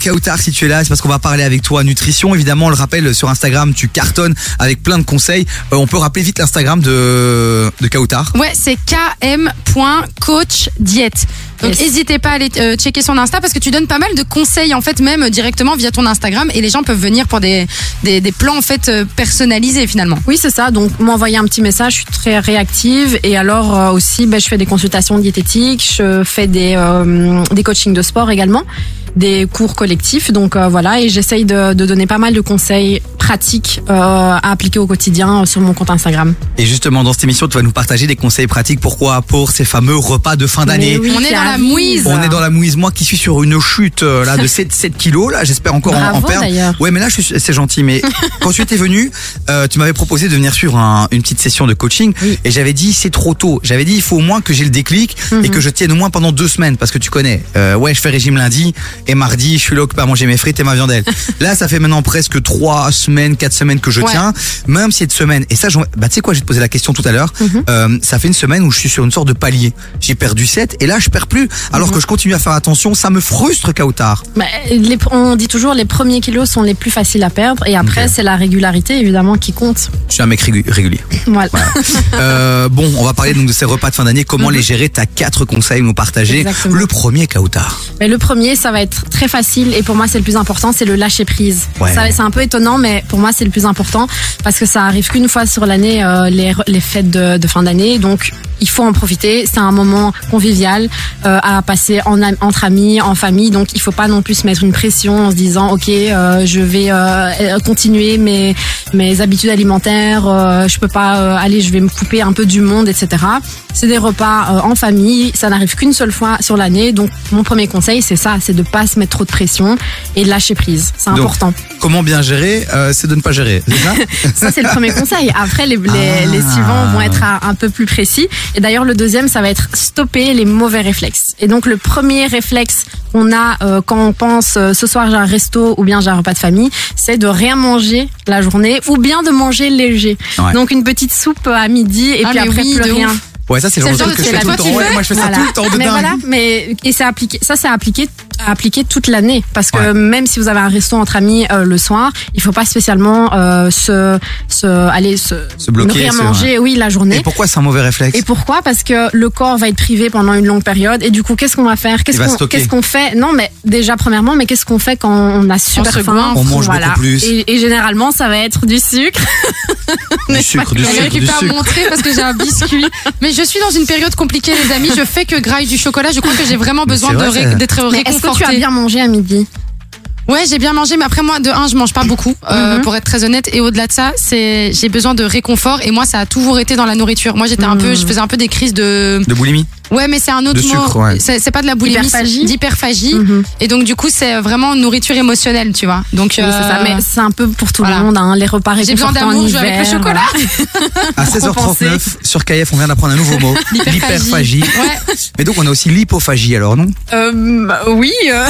Kautar, si tu es là, c'est parce qu'on va parler avec toi nutrition. Évidemment, on le rappelle sur Instagram, tu cartonnes avec plein de conseils. Euh, on peut rappeler vite l'Instagram de, de Kautar. Ouais, c'est km.coachdiète. Donc Yes. n'hésitez pas à aller euh, checker son Insta parce que tu donnes pas mal de conseils en fait même euh, directement via ton Instagram et les gens peuvent venir pour des, des, des plans en fait euh, personnalisés finalement. Oui, c'est ça. Donc, m'envoyer un petit message, je suis très réactive. Et alors euh, aussi, ben, je fais des consultations diététiques, je fais des, euh, des coachings de sport également, des cours collectifs. Donc euh, voilà, et j'essaye de, de donner pas mal de conseils pratiques euh, à appliquer au quotidien euh, sur mon compte Instagram. Et justement, dans cette émission, tu vas nous partager des conseils pratiques. Pourquoi Pour ces fameux repas de fin d'année. Mais oui, On est qui dans la arrive. mouise. Ah, On est dans la mouise. Moi qui suis sur une chute euh, là de 7, 7 kilos, là, j'espère encore en- en, Bravo, perdre. d'ailleurs. Ouais, mais là, je suis- c'est gentil. Mais quand tu étais venu, euh, tu m'avais proposé de venir suivre un- une petite session de coaching. Oui. Et j'avais dit, c'est trop tôt. J'avais dit, il faut au moins que j'ai le déclic et que je tienne au moins pendant deux semaines. Parce que tu connais, euh, ouais, je fais régime lundi et mardi, je suis là occupé à manger mes frites et ma viandelle. là, ça fait maintenant presque trois semaines, quatre semaines que je Ouais. tiens. Même cette semaine. Et ça, j'en- bah, tu sais quoi, je vais te poser la question tout à l'heure. Euh, ça fait une semaine où je suis sur une sorte de palier. J'ai perdu 7 et là, je perds plus. Alors que je continue à faire attention, ça me frustre, Kaoutar. Bah, les- on dit toujours les premiers kilos sont les plus faciles à perdre. Et après, Ok. c'est la régularité évidemment qui compte. Je suis un mec régu- régulier. Voilà. Euh, bon, on va parler donc de ces repas de fin d'année. Comment les gérer T'as quatre conseils à nous partager. Mhm. Exactement. Le premier, Kaoutar. Mais le premier, ça va être très facile et pour moi c'est le plus important, c'est le lâcher prise. Ouais. Ça, C'est un peu étonnant, mais pour moi c'est le plus important parce que ça arrive qu'une fois sur l'année euh, les, les fêtes de, de fin d'année, donc il faut en profiter. C'est un moment convivial euh, à passer en, am- entre amis, en famille, donc il faut pas non plus se mettre une pression en se disant ok euh, je vais euh, euh, continuer mes mes habitudes alimentaires, euh, je peux pas euh, aller, je vais me couper un peu du monde, etc. C'est des repas euh, en famille, ça n'arrive qu'une seule fois sur l'année. Donc mon premier conseil, c'est ça, c'est de pas se mettre trop de pression et de lâcher prise. C'est Donc, important. Comment bien gérer euh, C'est de ne pas gérer. c'est ça Ça c'est le premier conseil. Après les, les, Ah. les suivants vont être un, un peu plus précis. Et d'ailleurs le deuxième, ça va être stopper les mauvais réflexes. Et donc le premier réflexe qu'on a euh, quand on pense euh, ce soir j'ai un resto ou bien j'ai un repas de famille, c'est de rien manger la journée ou bien de manger léger. Ouais. Donc une petite soupe à midi et Ah, puis mais après oui, plus de ouf. rien. Ouais, ça c'est le C'est genre le de truc genre que de je fais truc, tout là, le temps. toi, tu Ouais, veux moi je fais Voilà. ça tout le temps de mais dingue. voilà, mais et c'est appliqué, ça c'est appliqué, appliqué toute l'année parce que Ouais. même si vous avez un resto entre amis euh, le soir, il faut pas spécialement euh, se, se aller se, Se bloquer, ne rien se- manger, oui la Et journée. pourquoi c'est un mauvais réflexe Et pourquoi Parce que le corps va être privé pendant une longue période et du coup qu'est-ce qu'on va faire Qu'est-ce va qu'on stocker. qu'est-ce qu'on fait Non mais déjà premièrement, mais qu'est-ce qu'on fait quand on a super se faim goinfre. On mange voilà. beaucoup plus. Et, et généralement ça va être du sucre. Du sucre, du Elle sucre, du récupère sucre. mon trait parce que j'ai un biscuit. Mais je suis dans une période compliquée, les amis. Je fais que graille du chocolat. Je crois que j'ai vraiment Mais besoin c'est de vrai, ré- ça. d'être Mais Est-ce que tu as réconfortée. bien mangé à midi Ouais, j'ai bien mangé, mais après moi, de un, je mange pas beaucoup, euh, Mhm. pour être très honnête. Et au-delà de ça, c'est j'ai besoin de réconfort. Et moi, ça a toujours été dans la nourriture. Moi, Mhm. j'étais un peu, je faisais un peu des crises de. De boulimie Ouais, mais c'est un autre De mot. sucre, ouais. C'est c'est pas de la boulimie, c'est Hyperphagie d'hyperphagie. Mhm. Et donc, du coup, c'est vraiment nourriture émotionnelle, tu vois. Donc, Oui, c'est ça. euh, Mais c'est un peu pour tout voilà. le monde, hein, les repas j'ai besoin réconfortants en d'amour, je joue avec le hiver, chocolat. À 16h39 sur KF, on vient d'apprendre un nouveau mot. L'hyperphagie. Ouais, Mais donc on a aussi l'hypophagie alors, non Euh, bah, oui. euh,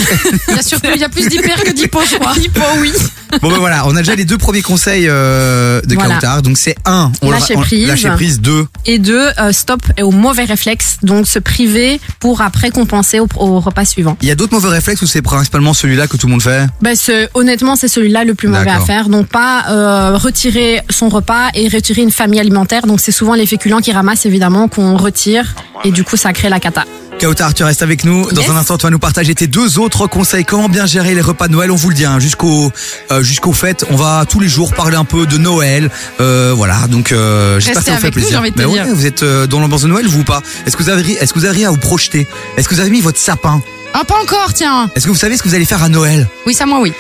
il y a surtout- il y a plus d'hyper que d'hypo, je crois. Hippo, oui. Bon ben voilà, on a déjà les deux premiers conseils euh, de Voilà. Kautar. Donc c'est un, on Lâcher on- prise. lâcher prise. Deux, Et deux, euh, stop et au mauvais réflexe, donc se priver pour après compenser au, au repas suivant. il y a d'autres mauvais réflexes ou c'est principalement celui-là que tout le monde fait Ben, ce- honnêtement, c'est celui-là le plus mauvais à D'accord. faire. Donc pas euh, retirer son repas et retirer une famille alimentaire. Donc c'est souvent les féculents qui ramassent évidemment qu'on retire et du coup ça crée la cata. Kautar, tu restes avec nous. Dans Yes. un instant, tu vas nous partager tes deux autres conseils. Comment bien gérer les repas de Noël On vous le dit, hein, jusqu'au euh, jusqu'aux fêtes, on va tous les jours parler un peu de Noël. Euh, voilà, donc euh, j'espère que Restez ça vous fait avec nous, plaisir. j'ai envie de te Mais dire. ouais, vous êtes euh, dans l'ambiance de Noël, vous ou pas Est-ce que vous avez est-ce que vous arrivez à vous projeter Est-ce que vous avez mis votre sapin Ah, pas encore, tiens. Est-ce que vous savez ce que vous allez faire à Noël Oui, ça, moi, oui.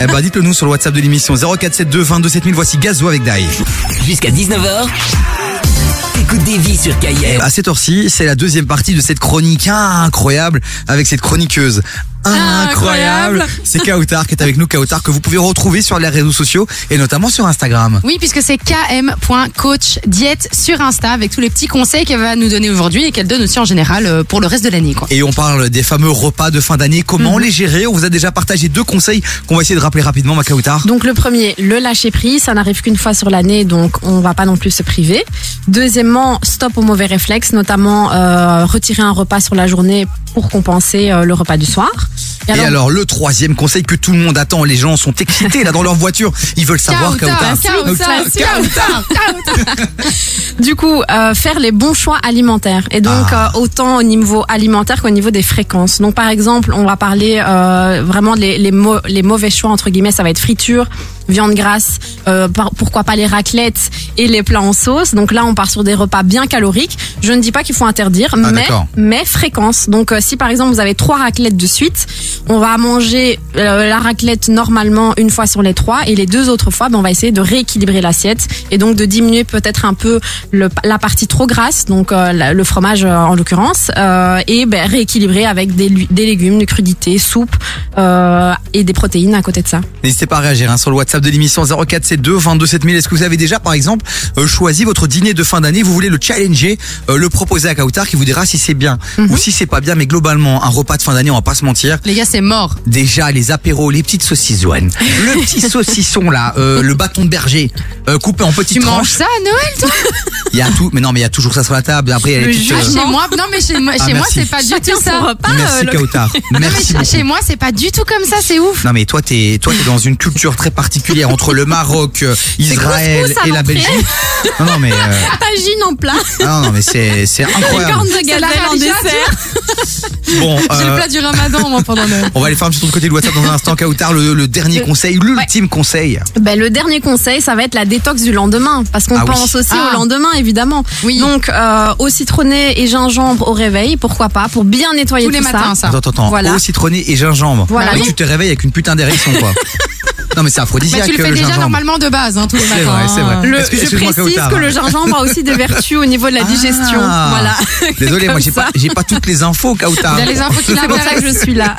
Eh ben, dites-le nous sur le WhatsApp de l'émission 0472 22 7000. Voici Gazo avec Dai. Jusqu'à 19h, t'écoutes des vies sur KIF. À cette heure-ci, c'est la deuxième partie de cette chronique incroyable avec cette chroniqueuse. Incroyable! Incroyable. C'est Kautar qui est avec nous, Kautar, que vous pouvez retrouver sur les réseaux sociaux et notamment sur Instagram. Oui, puisque c'est km.coachdiète sur Insta avec tous les petits conseils qu'elle va nous donner aujourd'hui et qu'elle donne aussi en général euh, pour le reste de l'année. quoi. Et on parle des fameux repas de fin d'année, comment les gérer. On vous a déjà partagé deux conseils qu'on va essayer de rappeler rapidement, ma Kautar. Donc le premier, le lâcher prise, ça n'arrive qu'une fois sur l'année, donc on va pas non plus se priver. Deuxièmement, stop aux mauvais réflexes, notamment euh, retirer un repas sur la journée pour compenser euh, le repas du soir. Et Et alors, alors le troisième conseil que tout le monde attend, les gens sont excités là dans leur voiture, ils veulent savoir Kauta. Kauta, Ok. Kauta. Du coup, euh, faire les bons choix alimentaires. Et donc, euh, autant au niveau alimentaire qu'au niveau des fréquences. Donc, par exemple, on va parler euh, vraiment les, les, mau- les mauvais choix, entre guillemets, ça va être friture, viande grasse, euh, par- pourquoi pas les raclettes et les plats en sauce. Donc là, on part sur des repas bien caloriques. Je ne dis pas qu'il faut interdire, mais, d'accord. mais fréquence. Donc, euh, si par exemple, vous avez trois raclettes de suite, on va manger euh, la raclette normalement une fois sur les trois et les deux autres fois, ben, on va essayer de rééquilibrer l'assiette et donc de diminuer peut-être un peu le, la partie trop grasse, donc euh, la- le fromage euh, en l'occurrence, euh, et ben, rééquilibrer avec des, lu- des légumes, des crudités, soupe euh, et des protéines à côté de ça. N'hésitez pas à réagir hein, sur le WhatsApp de l'émission 0472 22 7000. Est-ce que vous avez déjà, par exemple, euh, choisi votre dîner de fin d'année Vous voulez le challenger, euh, le proposer à Kautar qui vous dira si c'est bien Mhm. ou si c'est pas bien. Mais globalement, un repas de fin d'année, on va pas se mentir. Les gars, c'est mort. Déjà, les apéros, les petites saucissoines, le petit saucisson là, euh, le bâton de berger euh, coupé en petites Tu manges tranches. ça à Noël, toi Il y a tout, mais non, mais il y a toujours ça sur la table. Après, il y a les Le petites, Ah, euh, Chez moi, non, mais chez moi, Ah, chez moi, merci. c'est pas du tout son ça. repas, euh, Merci le- Kautar. Merci Non, mais beaucoup. chez moi, c'est pas du tout comme ça, c'est ouf. Non mais toi t'es toi t'es dans une culture très particulière entre le Maroc, euh, Israël couscous à et la l'entrée. Belgique. Non non mais euh, Tagine en plat, Ah non, non mais c'est c'est incroyable. de la gazelle en religion, tu dessert. Bon J'ai euh, le plat du ramadan, moi, pendant Noël. on va aller faire un petit tour de côté de WhatsApp dans un instant Kautar le, le dernier conseil, l'ultime conseil. Ben, le dernier conseil, ça va être la détox du lendemain, parce qu'on Ah oui. pense aussi Ah. au lendemain, évidemment. Oui. Donc, euh, au citronné et gingembre au réveil, pourquoi pas, pour bien nettoyer Tous les tout matins, ça. Bah, Attends attends attends. Voilà. Eau citronnée et gingembre. Voilà. Mais Oui. tu te réveilles avec une putain d'érection quoi. non mais c'est Mais aphrodisiaque Bah, tu euh, le fais déjà gingembre. normalement de base, hein, tous les C'est matins. vrai, c'est vrai. hein. Le, Excuse- je excuse-moi, précise Kautar. que le gingembre a aussi des vertus au niveau de la digestion. Ah. Voilà. Désolé moi Comme j'ai pas ça. j'ai pas toutes les infos Kautar. Il y a les infos qui C'est pour ça que l'intéressent. je suis là.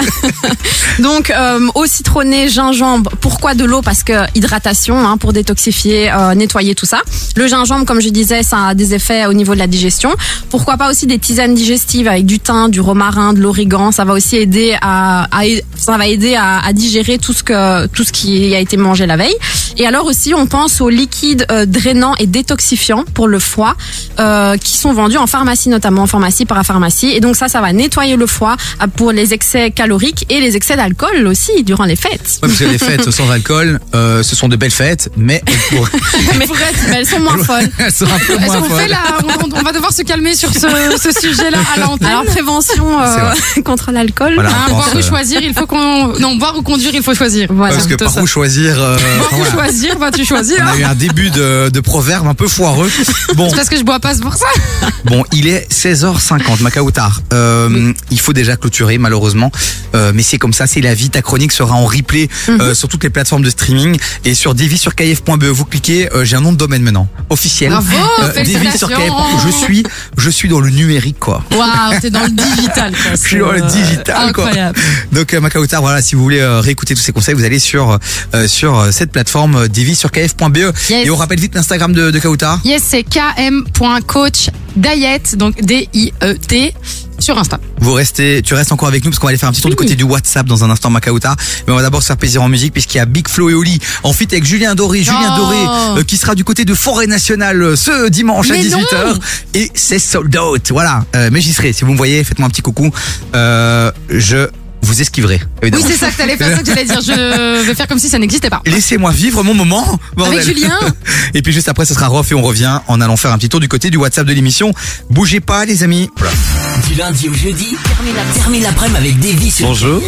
Donc, euh, eau citronnée, gingembre. Pourquoi de l'eau Parce que hydratation, hein, pour détoxifier, euh, nettoyer tout ça. Le gingembre, comme je disais, ça a des effets au niveau de la digestion. Pourquoi pas aussi des tisanes digestives avec du thym, du romarin, de l'origan. Ça va aussi aider à, à- ça va aider à, à digérer tout ce que tout ce qui a été mangé la veille. Et alors aussi, on pense aux liquides euh, drainants et détoxifiants pour le foie euh, qui sont vendus en pharmacie, notamment en pharmacie, parapharmacie. Et donc ça, ça va nettoyer le foie euh, pour les excès caloriques et les excès d'alcool aussi durant les fêtes. Ouais, parce que les fêtes sans alcool, euh, ce sont de belles fêtes, mais elles pour- Mais, mais ben, elles sont moins folles. elles sont un peu Est-ce moins qu'on fait folles. là on, on va devoir se calmer sur ce, ce sujet-là à l'antenne. Alors prévention euh, C'est contre l'alcool. Voilà. Hein, on pense, boire ou euh, choisir, il faut qu'on. Non, boire ou conduire, il faut choisir. Voilà. Parce que plutôt par ça. où choisir euh, Boire ou voilà. choisir, bah, vas-tu choisir On a eu un début de, de proverbe un peu foireux. Bon, hein. C'est parce que je bois pas, c'est pour ça. bon, il est 16h50, Macao tard. Euh, Il faut déjà clôturer malheureusement, Euh, mais c'est comme ça, c'est la vie. Ta chronique sera en replay Mhm. euh, sur toutes les plateformes de streaming et sur devisurkf.be. Vous cliquez, euh, j'ai un nom de domaine maintenant, officiel. Euh, Bravo, félicitations. devisurkf. Je suis, je suis dans le numérique quoi. Waouh, t'es dans le digital. quoi. Je suis dans le C'est, euh, digital, quoi. Incroyable. Donc euh, Macao Tard, voilà, si vous voulez euh, réécouter tous ces conseils, vous allez sur euh, sur euh, cette plateforme euh, devisurkf.be Yes. et on rappelle vite l'Instagram de, de Kautar. Yes, c'est km.coach diet, donc D-I-E-T, sur Insta. Vous restez, tu restes encore avec nous parce qu'on va aller faire un petit tour du côté du WhatsApp dans un instant Macauta. Mais on va d'abord se faire plaisir en musique puisqu'il y a Big Flo et Oli en feat avec Julien Doré. Julien Oh. Doré euh, qui sera du côté de Forêt Nationale euh, ce dimanche à Mais non. 18h et c'est sold out. Voilà, Euh, mais j'y serai. Si vous me voyez, faites-moi un petit coucou. Euh, je vous esquiverai. Oui, évidemment. c'est ça que t'allais faire, c'est ça que j'allais dire. Je vais faire comme si ça n'existait pas. Laissez-moi vivre mon moment. bordel. Avec Julien Et puis juste après, ce sera Rof et on revient en allant faire un petit tour du côté du WhatsApp de l'émission. Bougez pas, les amis. Du lundi au jeudi, termine la- termine l'après-midi avec Davy sur Bonjour.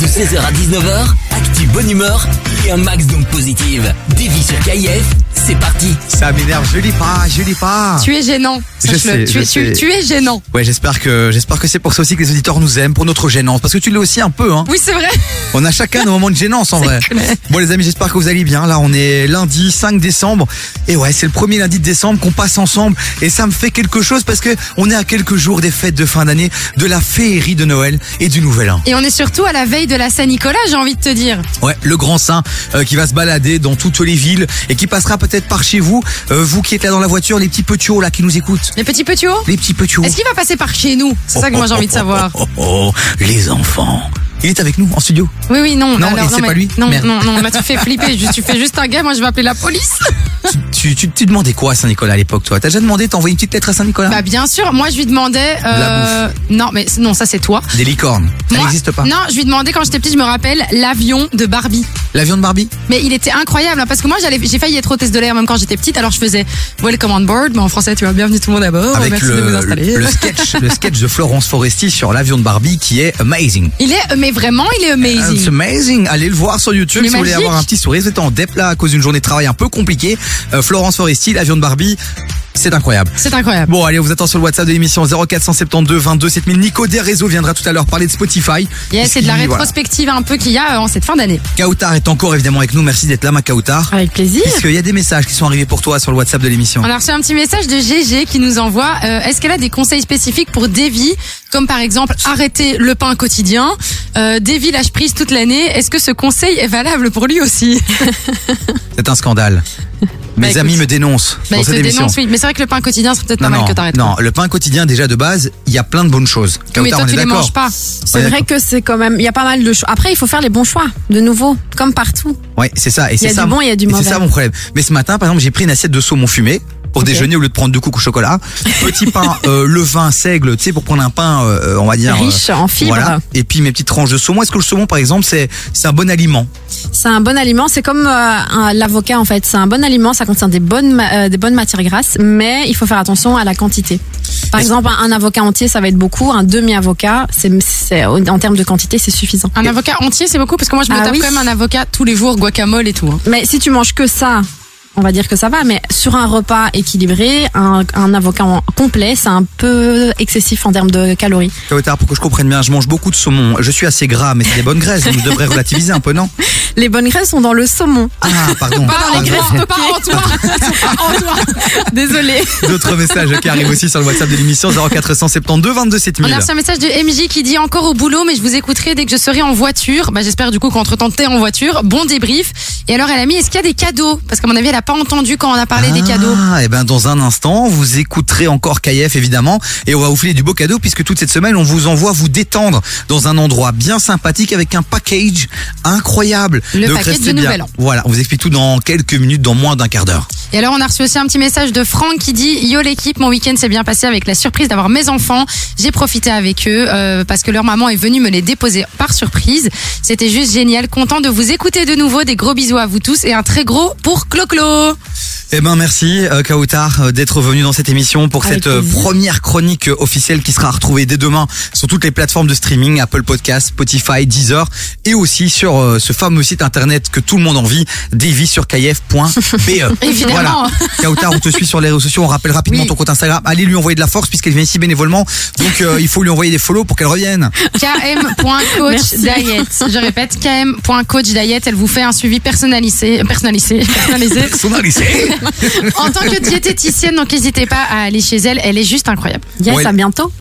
de 16h à 19h, active bonne humeur et un max donc positive. Davy sur KIF, c'est parti. Ça m'énerve. Je lis pas, je lis pas. Tu es gênant, Je sais, sache-le. Tu, es- je tu- sais. tu es gênant. Ouais, j'espère que j'espère que c'est pour ça aussi que les auditeurs nous aiment pour notre gênance parce que tu l'es aussi un peu hein. Oui, c'est vrai. On a chacun nos moments de gênance en vrai. Bon les amis, j'espère que vous allez bien. Là, on est lundi 5 décembre et ouais, c'est le premier lundi de décembre qu'on passe ensemble et ça me fait quelque chose parce que on est à quelques jours des fêtes de fin d'année, de la féerie de Noël et du Nouvel An. Et on est surtout à la veille de la Saint-Nicolas, j'ai envie de te dire. Ouais, le grand saint euh, qui va se balader dans toutes les villes et qui passera peut-être par chez vous, Euh, vous qui êtes là dans la voiture, les petits petits là qui nous écoutent, Les petits petits hauts les petits petits Est-ce qu'il va passer par chez nous C'est ça que moi j'ai envie de savoir. Oh, oh, oh, les enfants. Il est avec nous en studio. Oui, oui, non. Non, alors, et c'est mais- pas lui Non, Merde. non, non, là tu fais flipper. Juste- tu fais juste un gars, moi je vais appeler la police. Tu, tu, tu, tu demandais quoi à Saint-Nicolas à l'époque, toi T'as déjà demandé, t'as envoyé une petite lettre à Saint-Nicolas Bah bien sûr, moi je lui demandais. euh, non, mais non, ça c'est toi. Des licornes. Ça Moi- n'existe pas. Non, je lui demandais quand j'étais petite, je me rappelle, l'avion de Barbie. L'avion de Barbie Mais il était incroyable, hein, parce que moi j'allais, j'ai failli être hôtesse de l'air même quand j'étais petite, alors je faisais Welcome on board, mais en français tu vois, bienvenue tout le monde à bord, Avec Oh, merci de vous le, installer. le sketch, le sketch de Florence Foresti sur l'avion de Barbie qui est amazing. Il est, mais vraiment, il est It's amazing. amazing. Allez le voir sur YouTube Il est si vous voulez magique. avoir un petit sourire. C'était en dep là à cause d'une journée de travail un peu compliquée. Euh, Florence Foresti, l'avion de Barbie, c'est incroyable. C'est incroyable. Bon, allez, on vous attend sur le WhatsApp de l'émission 0472 22 7000. Nico des réseaux viendra tout à l'heure parler de Spotify. Yes, c'est de Puisqu'il- la voilà. rétrospective un peu qu'il y a euh, en cette fin d'année. Kautar est encore évidemment avec nous. Merci d'être là, ma Ah. Kautar. Avec plaisir. Puisqu'il y a des messages qui sont arrivés pour toi sur le WhatsApp de l'émission. On a reçu un petit message de GG qui nous envoie euh, est-ce qu'elle a des conseils spécifiques pour Davy comme par exemple arrêter le pain quotidien euh, Davy lâche prise toute l'année est-ce que ce conseil est valable pour lui aussi C'est un scandale. Mes écoute. amis me dénoncent dans bah, Il te cette émission. dénonce oui mais c'est vrai que le pain quotidien c'est peut-être pas Non, mal non, que t'arrêtes non, le pain quotidien déjà de base, il y a plein de bonnes choses. Oui, mais Kautar, toi on tu est les d'accord. manges pas On C'est est vrai que c'est quand même, il y a pas mal de choses. Après, il faut faire les bons choix, de nouveau, comme partout. Ouais, c'est ça. Et Il y c'est a ça. du bon, il y a du et mauvais. C'est ça mon problème. Mais ce matin, par exemple, j'ai pris une assiette de saumon fumé pour Ok. déjeuner au lieu de prendre deux coups au chocolat. Petit pain euh, levain seigle, tu sais, pour prendre un pain, euh, on va dire euh, Riche en fibres. Voilà. Et puis mes petites tranches de saumon. Est-ce que le saumon, par exemple, c'est c'est un bon aliment C'est un bon aliment, c'est comme euh, un- l'avocat en fait. C'est un bon aliment, ça contient des bonnes, ma- euh, des bonnes matières grasses, mais il faut faire attention à la quantité. Par Est-ce- exemple, un, un avocat entier, ça va être beaucoup. Un demi-avocat, c'est, c'est- en termes de quantité, c'est suffisant. un avocat entier c'est beaucoup parce que moi je me Ah tape oui. quand même un avocat tous les jours guacamole et tout hein. Mais si tu manges que ça, on va dire que ça va, mais sur un repas équilibré, un, un avocat en complet, c'est un peu excessif en termes de calories. Kaotar, pour que je comprenne bien, je mange beaucoup de saumon. Je suis assez gras, mais c'est des bonnes graisses. Donc je devrais relativiser un peu, non Les bonnes graisses sont dans le saumon. Ah, pardon. pas dans les Pardon. graisses Ah, pas en toi en toi Désolée. D'autres messages qui arrivent aussi sur le WhatsApp de l'émission 0472 22 7000. On a reçu un message de MJ qui dit encore au boulot, mais je vous écouterai dès que je serai en voiture. Bah, j'espère du coup qu'entre temps t'es en voiture. Bon débrief. Et alors elle a mis est-ce qu'il y a des cadeaux Parce qu'à mon avis elle a pas entendu quand on a parlé des cadeaux. Ah, et ben dans un instant, vous écouterez encore KF évidemment et on va vous filer du beau cadeau puisque toute cette semaine on vous envoie vous détendre dans un endroit bien sympathique avec un package incroyable. Le Donc, package restez du bien. Nouvel An. Voilà, on vous explique tout dans quelques minutes, dans moins d'un quart d'heure. Et alors on a reçu aussi un petit message de Franck qui dit yo l'équipe, mon week-end s'est bien passé avec la surprise d'avoir mes enfants. J'ai profité avec eux euh, parce que leur maman est venue me les déposer par surprise. C'était juste génial. Content de vous écouter de nouveau. Des gros bisous à vous tous et un très gros pour Clo-Clo. Eh ben merci euh, Kautar euh, d'être venu dans cette émission pour Avec cette euh, plaisir. première chronique euh, officielle qui sera retrouvée dès demain sur toutes les plateformes de streaming Apple Podcast, Spotify, Deezer et aussi sur euh, ce fameux site internet que tout le monde envie devisurkayef.pe. Évidemment. Voilà. Kautar, on te suit sur les réseaux sociaux, on rappelle rapidement Oui. ton compte Instagram. Allez lui envoyer de la force puisqu'elle vient ici bénévolement. Donc euh, il faut lui envoyer des follow pour qu'elle revienne. km.coach Merci. diet. Je répète, km.coach diet. Elle vous fait un suivi personnalisé, personnalisé, personnalisé Son lycée. en tant que diététicienne. Donc, n'hésitez pas à aller chez elle. Elle est juste incroyable. Yes, Ouais. à bientôt.